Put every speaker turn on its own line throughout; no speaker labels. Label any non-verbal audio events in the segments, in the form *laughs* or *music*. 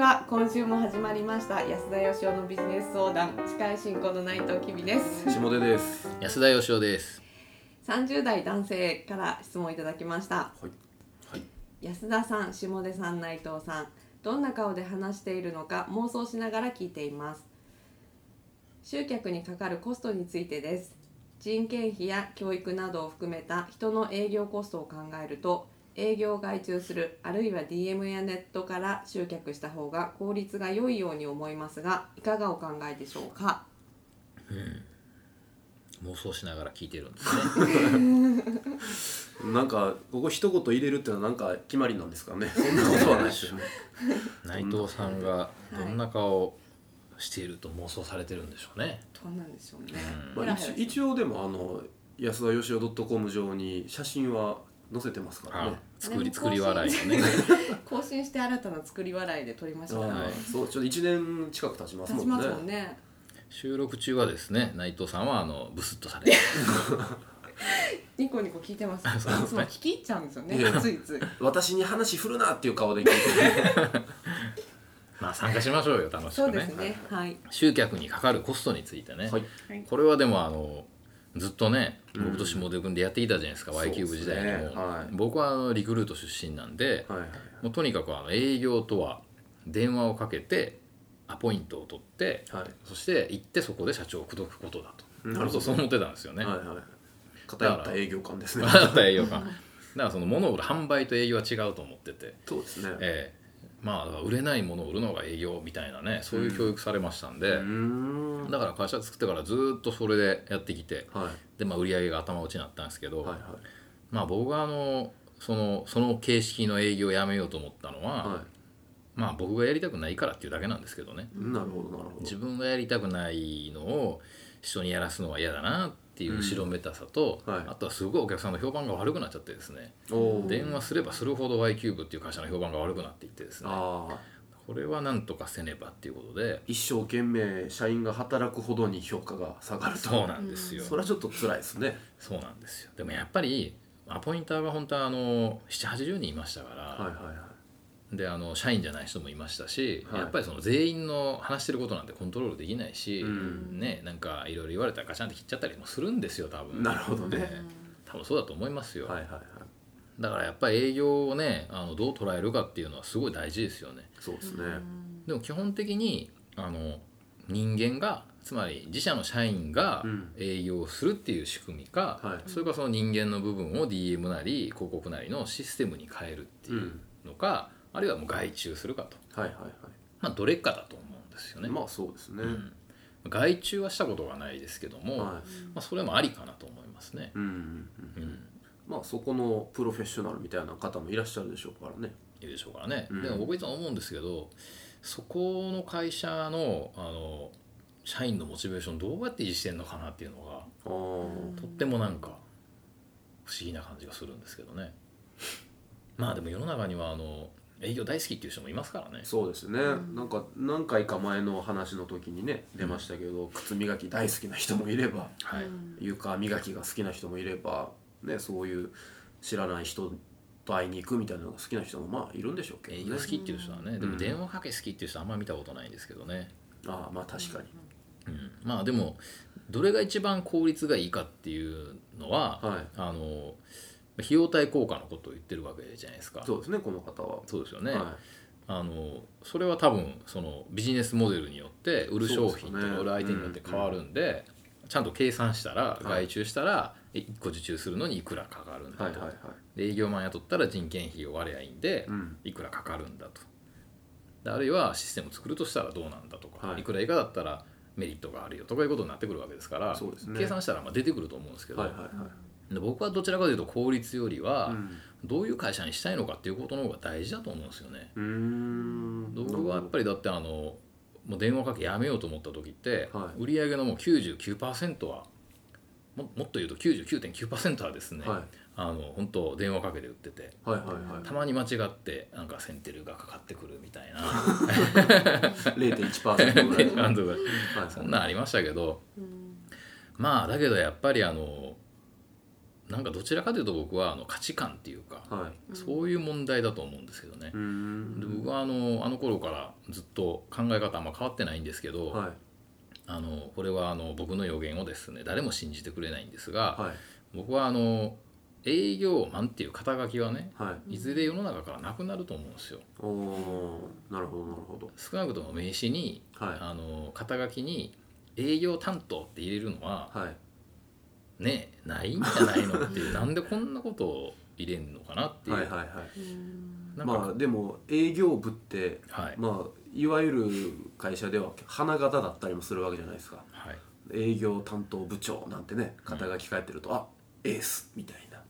は今週も始まりました安田義雄のビジネス相談司会進行の内藤きびです
下手です。
安田義雄です。
30代男性から質問いただきました
はい。はい。
安田さん下出さん内藤さんどんな顔で話しているのか妄想しながら聞いています集客にかかるコストについてです人件費や教育などを含めた人の営業コストを考えると営業を外注するあるいは DM やネットから集客した方が効率が良いように思いますがいかがお考えでしょうか
妄想しながら聞いてるんですね。
なんかここ一言入れるってのはなんか決まりなんですかね。そんなことはないですよね。
内藤さんが
い
どんな顔をしていると妄想されてるんでしょうね。
どうなんでしょうね
まあ一一応でもあの安田義雄ドットコム上に写真は載せてますからね。
作り作り笑いのね。
*laughs* 更新して新たな作り笑いで撮りましたからね
はい。そうちょっと一年近く経ちます
立
も
ちま
んね
す。もんね
収録中はですね、内藤さんはあのブスッとされ
*laughs*
てる。
ニコニコ聞いてます。い
そうですね
つも聞き入っちゃうんですよね
い。や
ついつい。
私に話振るなっていう顔で聞いてる
まあ参加しましょうよ楽し
そ
く
うです
ね。
ね。はい。
集客にかかるコストについてね。
はい。
これはでもあのずっとね
うん
僕と下出君でやってきたじゃないですか、
そう
Y
で
キュー
す
ブ
ね
時代にも、
はい
僕はあのリクルート出身なんで、
はいはい。
もうとにかくあの営業とは電話をかけてアポイントを取って
はい。
そして行ってそこで社長を口説くことだと
なるほど
そう思ってたんですよね、
はい
は
はい。偏った営業官ですね。
った営業官だからその物を売る販売と営業は違うと思ってて、
そうですね。
*laughs* ええまあだから売れないものを売るのが営業みたいなねそういう教育されましたん
う
で、
ーん。はい
だから会社作ってからずーっとそれでやってきてで、まあ、売り上げが頭打ちになったんですけど、
はいはい
まあ僕があのそのその形式の営業をやめようと思ったのは、
は
まあ僕がやりたくないからっていうだけなんですけどね
い。なるほどなるほ
自分がやりたくないのを人にやらすのは嫌だなっていう後ろめたさと、
うんはい
あとはすごいお客さんの評判が悪くなっちゃってですね
ど。おー
電話すればするほど Y キューブっていう会社の評判が悪くなっていってですね
ああ。
これはなんとかせねばっていうことで
一生懸命社員が働くほどに評価が下がると
そうなんですよ、
それはちょっと辛いですね
そうなんですよでもやっぱりアポインターが本当はあの780人いましたから、
はいはいはい
であの社員じゃない人もいましたし、
はい
やっぱりその全員の話してることなんてコントロールできないし、
うん
ねなんかいろいろ言われたらガチャンって切っちゃったりもするんですよ多分
なるほどね
え多分そうだと思いますよ、
はいはいはい
だからやっぱり営業をねあのどう捉えるかっていうのはすごい大事ですよね
そうですね
でも基本的にあの人間がつまり自社の社員が
うん
営業をするっていう仕組みか、
はい
それからその人間の部分を DM なり広告なりのシステムに変えるって
う
いうんのか、あるいはもう外注するかと
はいはいは
まあ、どれかだと思うんですよ
い、
ね。
まあそうですね、
うん外注はしたことがないですけども、
は
まあ、それもありかなと思いますね
い、。うんうんう
うんん、
まあそこのプロフェッショナルみたいな方もいらっしゃるでしょうからね
いいでしょうからね。
うん
でも僕いつも思うんですけどそこの会社のあの社員のモチベーションどうやって維持してんのかなっていうのが
ああ、
うん
とってもなんか不思議な感じがするんですけどね。まあでも世の中にはあの営業大好きっていう人もいますからね。
そうですね、
うん
なんか何回か前の話の時にね出ましたけど、靴磨き大好きな人もいれば
はい、
床磨きが好きな人もいれば、ね、そういう知らない人と会いに行くみたいなのが好きな人もまあいるんでしょうけ
営
ど
業
ね
好きっていう人はね、で
う
も
ん
電話かけ好きっていう人あんま見たことないんですけどね。
ああまあ確かに、
うん、まあでもどれが一番効率がいいかっていうのは、
はい
あの費用対効果のことを言ってるわけじゃないですか
そうですねこの方は、
そうですよね、
は
あのそれは多分そのビジネスモデルによって売る商品と
そうで
か
すよね
売る相手によって変わるんでちゃんと計算したら
い
外注したら1個受注するのにいくらかかるん
い、はいは
だ
い
と、
はい
で営業マン雇ったら人件費を割りゃいいんで、
うん
いくらかかるんだとであるいはシステムを作るとしたらどうなんだとか、
はい
い、くら以下だったらメリットがあるよとかいうことになってくるわけですから
そうですね
計算したらまあ出てくると思うんですけど、
はいはいはい
で僕はどちらかというと効率よりは、
うん
どういう会社にしたいのかっていうことの方が大事だと思うんですよね。
うーん
僕はやっぱりだってあのもう電話かけやめようと思った時って、
はい
売り上げのもう99%はももっと言うと99.9%はですね、
はい
あの本当電話かけて売ってて。
はいはいは
たまに間違ってなんかセンテルがかかってくるみたいな
い0.1%ぐらいの
*laughs* な
は
ん
い
とか
はい
そんなんありましたけどまあだけどやっぱりあのななんかどちらかというと僕はあの価値観っていうか、
は
う
い
ん
そういう問題だと思うんですけどね
うー、
で
ん
僕はあのあの頃からずっと考え方あんま変わってないんですけど、
はい
あのこれはあの僕の予言をですね誰も信じてくれないんですが、
はい
僕はあの営業マンっていう肩書きはね
はい
うん
いずれ世の中からなくなると思うんですよ
おおーなるほどなるほど
少なくとも名刺に、
は
あの肩書きに営業担当って入れるのはい
はい
ねないんじゃないのっていうなんでこんなことを入れんのかなっていう、
はいはいは
う
い
ん
なんか、
まあでも営業部って
はい、
まあいわゆる会社では花形だったりもするわけじゃないですか
はい、
営業担当部長なんてね肩書き書いてると、あエースみたいな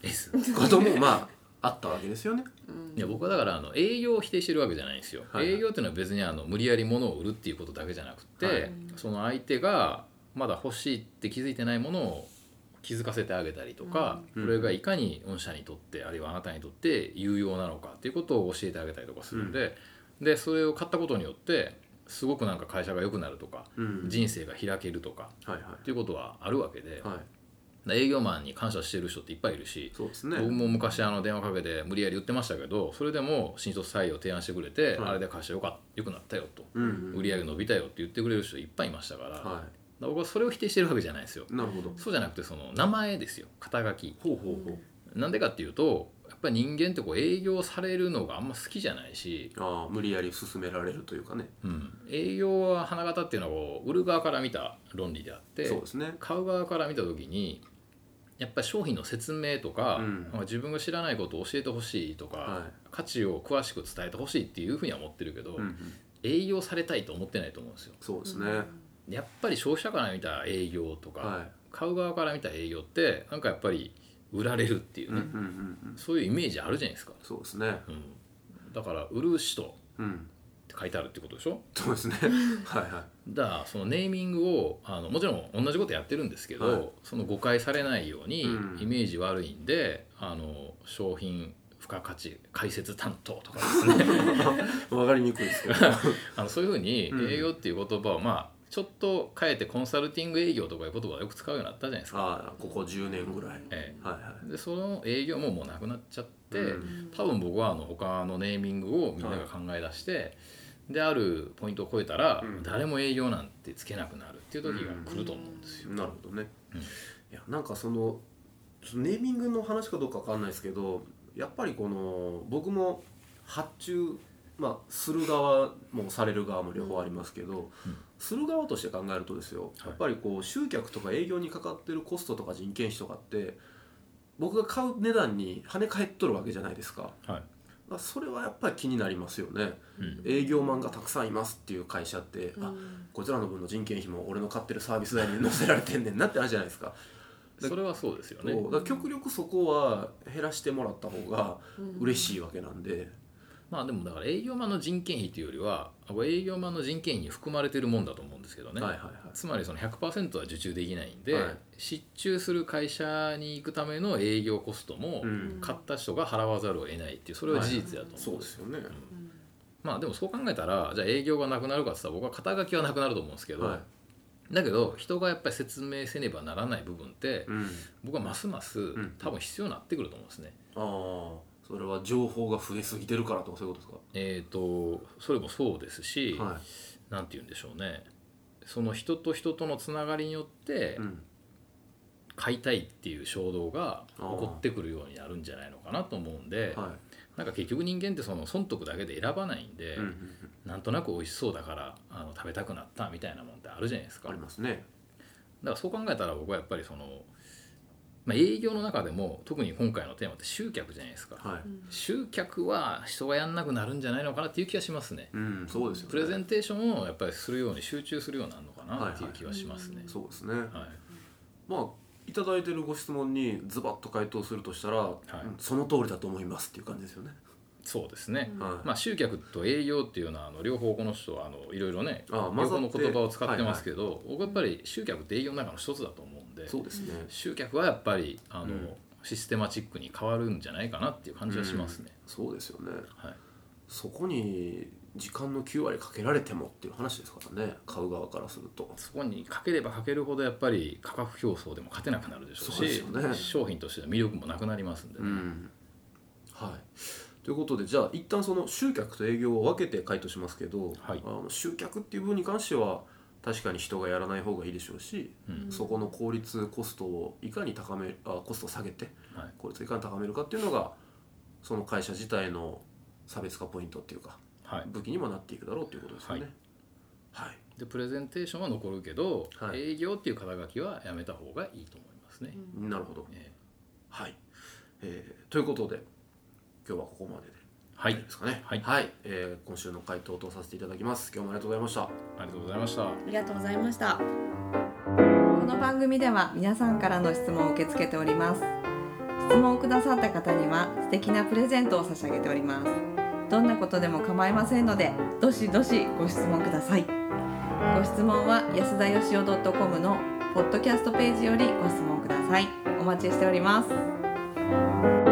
です
こともまああったわけですよね
うん
いや僕はだからあの営業を否定してるわけじゃないんですよ、
はいはい
営業っていうのは別にあの無理やり物を売るっていうことだけじゃなくて、
はい
その相手がまだ欲しいって気づいてないものを気づかせてあげたりとか、
うん
これがいかに御社にとってあるいはあなたにとって有用なのかっていうことを教えてあげたりとかするんで、でそれを買ったことによってすごくなんか会社が良くなるとか
うん
人生が開けるとか
はいはい
っていうことはあるわけで、
はい
営業マンに感謝してる人っていっぱいいるし、
そうですね
僕も昔あの電話かけて無理やり言ってましたけどそれでも新卒採用提案してくれて、
はい
あれで会社よかっよくなったよと、
うん
売り上げ伸びたよって言ってくれる人いっぱいいましたから,、だか
は
ら僕はそれを否定してるわけじゃないですよ
いなるほど
そうじゃなくてその名前ですよ肩書き
ほうほうほう
なんでかっていうとやっぱり人間ってこう営業されるのがあんま好きじゃないし、
ああ無理やり進められるというかね
うん、営業は花形っていうのはこう売る側から見た論理であって
そうですね
買う側から見た時にやっぱり商品の説明とか,、
うん
なんか自分が知らないことを教えてほしいとか、
は
価値を詳しく伝えてほしいっていうふうには思ってるけど、
い、うんうん、
営業されたいと思ってないと思うんですよ。
そうですね、
やっぱり消費者から見た営業とか、
は
買う側から見た営業ってなんかやっぱり売られるってい
いううんうん
ね、
うんうん
そういうイメージあるじゃないですか、
そうですね
うん、だから売る人っ
うん
て書いてあるってことでしょ
そう *laughs* ですねはいは
だからそのネーミングをあのもちろん同じことやってるんですけど、
はい
その誤解されないように
うん
イメージ悪いんで、あの商品付加価値解説担当とかですね
いわかりにくいですけど
あのそういうふうに
うん
営業っていう言葉をまあちょっと変えてコンサルティング営業とかいう言葉をよく使うようになったじゃないですか。
ああここ10年ぐらい
え
はいは
え、でその営業ももうなくなっちゃって、
う
多分僕はあの他のネーミングをみんなが考え出して、であるポイントを超えたら、
うん
誰も営業なんてつけなくなるっていう時が来ると思うんですよ。
いなるほどね、
うん
いやなんかそのちょっとネーミングの話かどうかわかんないですけどやっぱりこの僕も発注まあする側もされる側も両方ありますけど、
うん
する側として考えるとですよ、
はい
やっぱりこう集客とか営業にかかってるコストとか人件費とかって僕が買う値段に跳ね返っとるわけじゃないですかだか
はい
らそれはやっぱり気になりますよね
うん
営業マンがたくさんいますっていう会社って、あ
うん
こちらの分の人件費も俺の買ってるサービス代に載せられてんねんなって話じゃないですか。
それはそうですよね
そうだから極力そこは減らしてもらった方が嬉しいわけなんで、
まあでもだから営業マンの人件費というよりはこれ営業マンの人件費に含まれてるもんだと思うんですけどね、
はいはいはい。
つまりその100%は受注できないんで、
はい
失注する会社に行くための営業コストも
うん、
買った人が払わざるを得ないっていうそれは事実だと思
そううんで
です
すよね。
うん
まあでもそう考えたらじゃあ営業がなくなるかって言ったら僕は肩書きはなくなると思うんですけど、
は
だけど人がやっぱり説明せねばならない部分って
い。うん、
僕はますます
ん
多分必要になってくると思うんですね。
ああそれは情報が増えすぎてるからとかそういうこと
えー、とそれもそうです
で
し、
すか。は
なんて言うんでしょうねその人と人とのつながりによって
い。うん。
買いたいっていう衝動が起こってくるようになるんじゃないのかなと思うんで、
は
なんか結局人間ってその損得だけで選ばないん
い。
で、
うんうんうん。
なんとなく美味しそうだからあの食べたくなったみたいなもんってあるじゃないですか
あ
だ
り
か
ますね。
らそう考えたら僕はやっぱりその、まあ、営業の中でも特に今回のテーマって集客じゃないですか、
は
うん
集客は人がやんなくなるんじゃないのかなっていう気がしますね
い。うんそうですよ、ね。
プレゼンテーションをやっぱりするように集中するようになるのかなっていう気はしますね。
そうですね。
はい
まあいただいてるご質問にズバッと回答するとしたら、うんその通りだと思いますっていう感じですよね。
そうですね、
うん
はい。
まあ、集客と営業っていうのはあの両方この人はあのいろいろね
ああ混
両
ざ
方
って
の言葉を使ってますけど、僕はやっぱり集客って営業の中の一つだと思うんで
そうですね。
集客はやっぱりあの、
うん
システマチックに変わるんじゃないかなっていう感じはしますね。
そうですよね。
はい
そこに時間の9割かけられてもっていう話ですからね買う側からすると
そこにかければかけるほどやっぱり価格競争でも勝てなくなるでしょ
そう
う
で
し
すよね
商品としての魅力もなくなりますんで、ね
うんはいということでじゃあ一旦その集客と営業を分けて回答しますけど、
はい
あの集客っていう分に関しては確かに人がやらない方がいいでしょうし、
うん
そこの効率コストをいかに高めあコストを下げて
はい
効率をいかに高めるかっていうのがその会社自体の差別化ポイントっていうか
はい、
武器にもなっていくだろうということですよね。はい、
でプレゼンテーションは残るけど、
はい
営業っていう肩書きはやめた方がいいと思いますね。
うん
なるほど。
ええ
はい、えーということで今日はここまでで
はい、
ですかね。
はい
えー今週の回答とさせていただきます。今日もありがとうございました。
ありがとうございました。
ありがとうございました。この番組では皆さんからの質問を受け付けております。質問をくださった方には素敵なプレゼントを差し上げております。どんなことでも構いませんので、どしどしご質問ください。ご質問は安田よしお .com のポッドキャストページよりご質問ください。お待ちしております。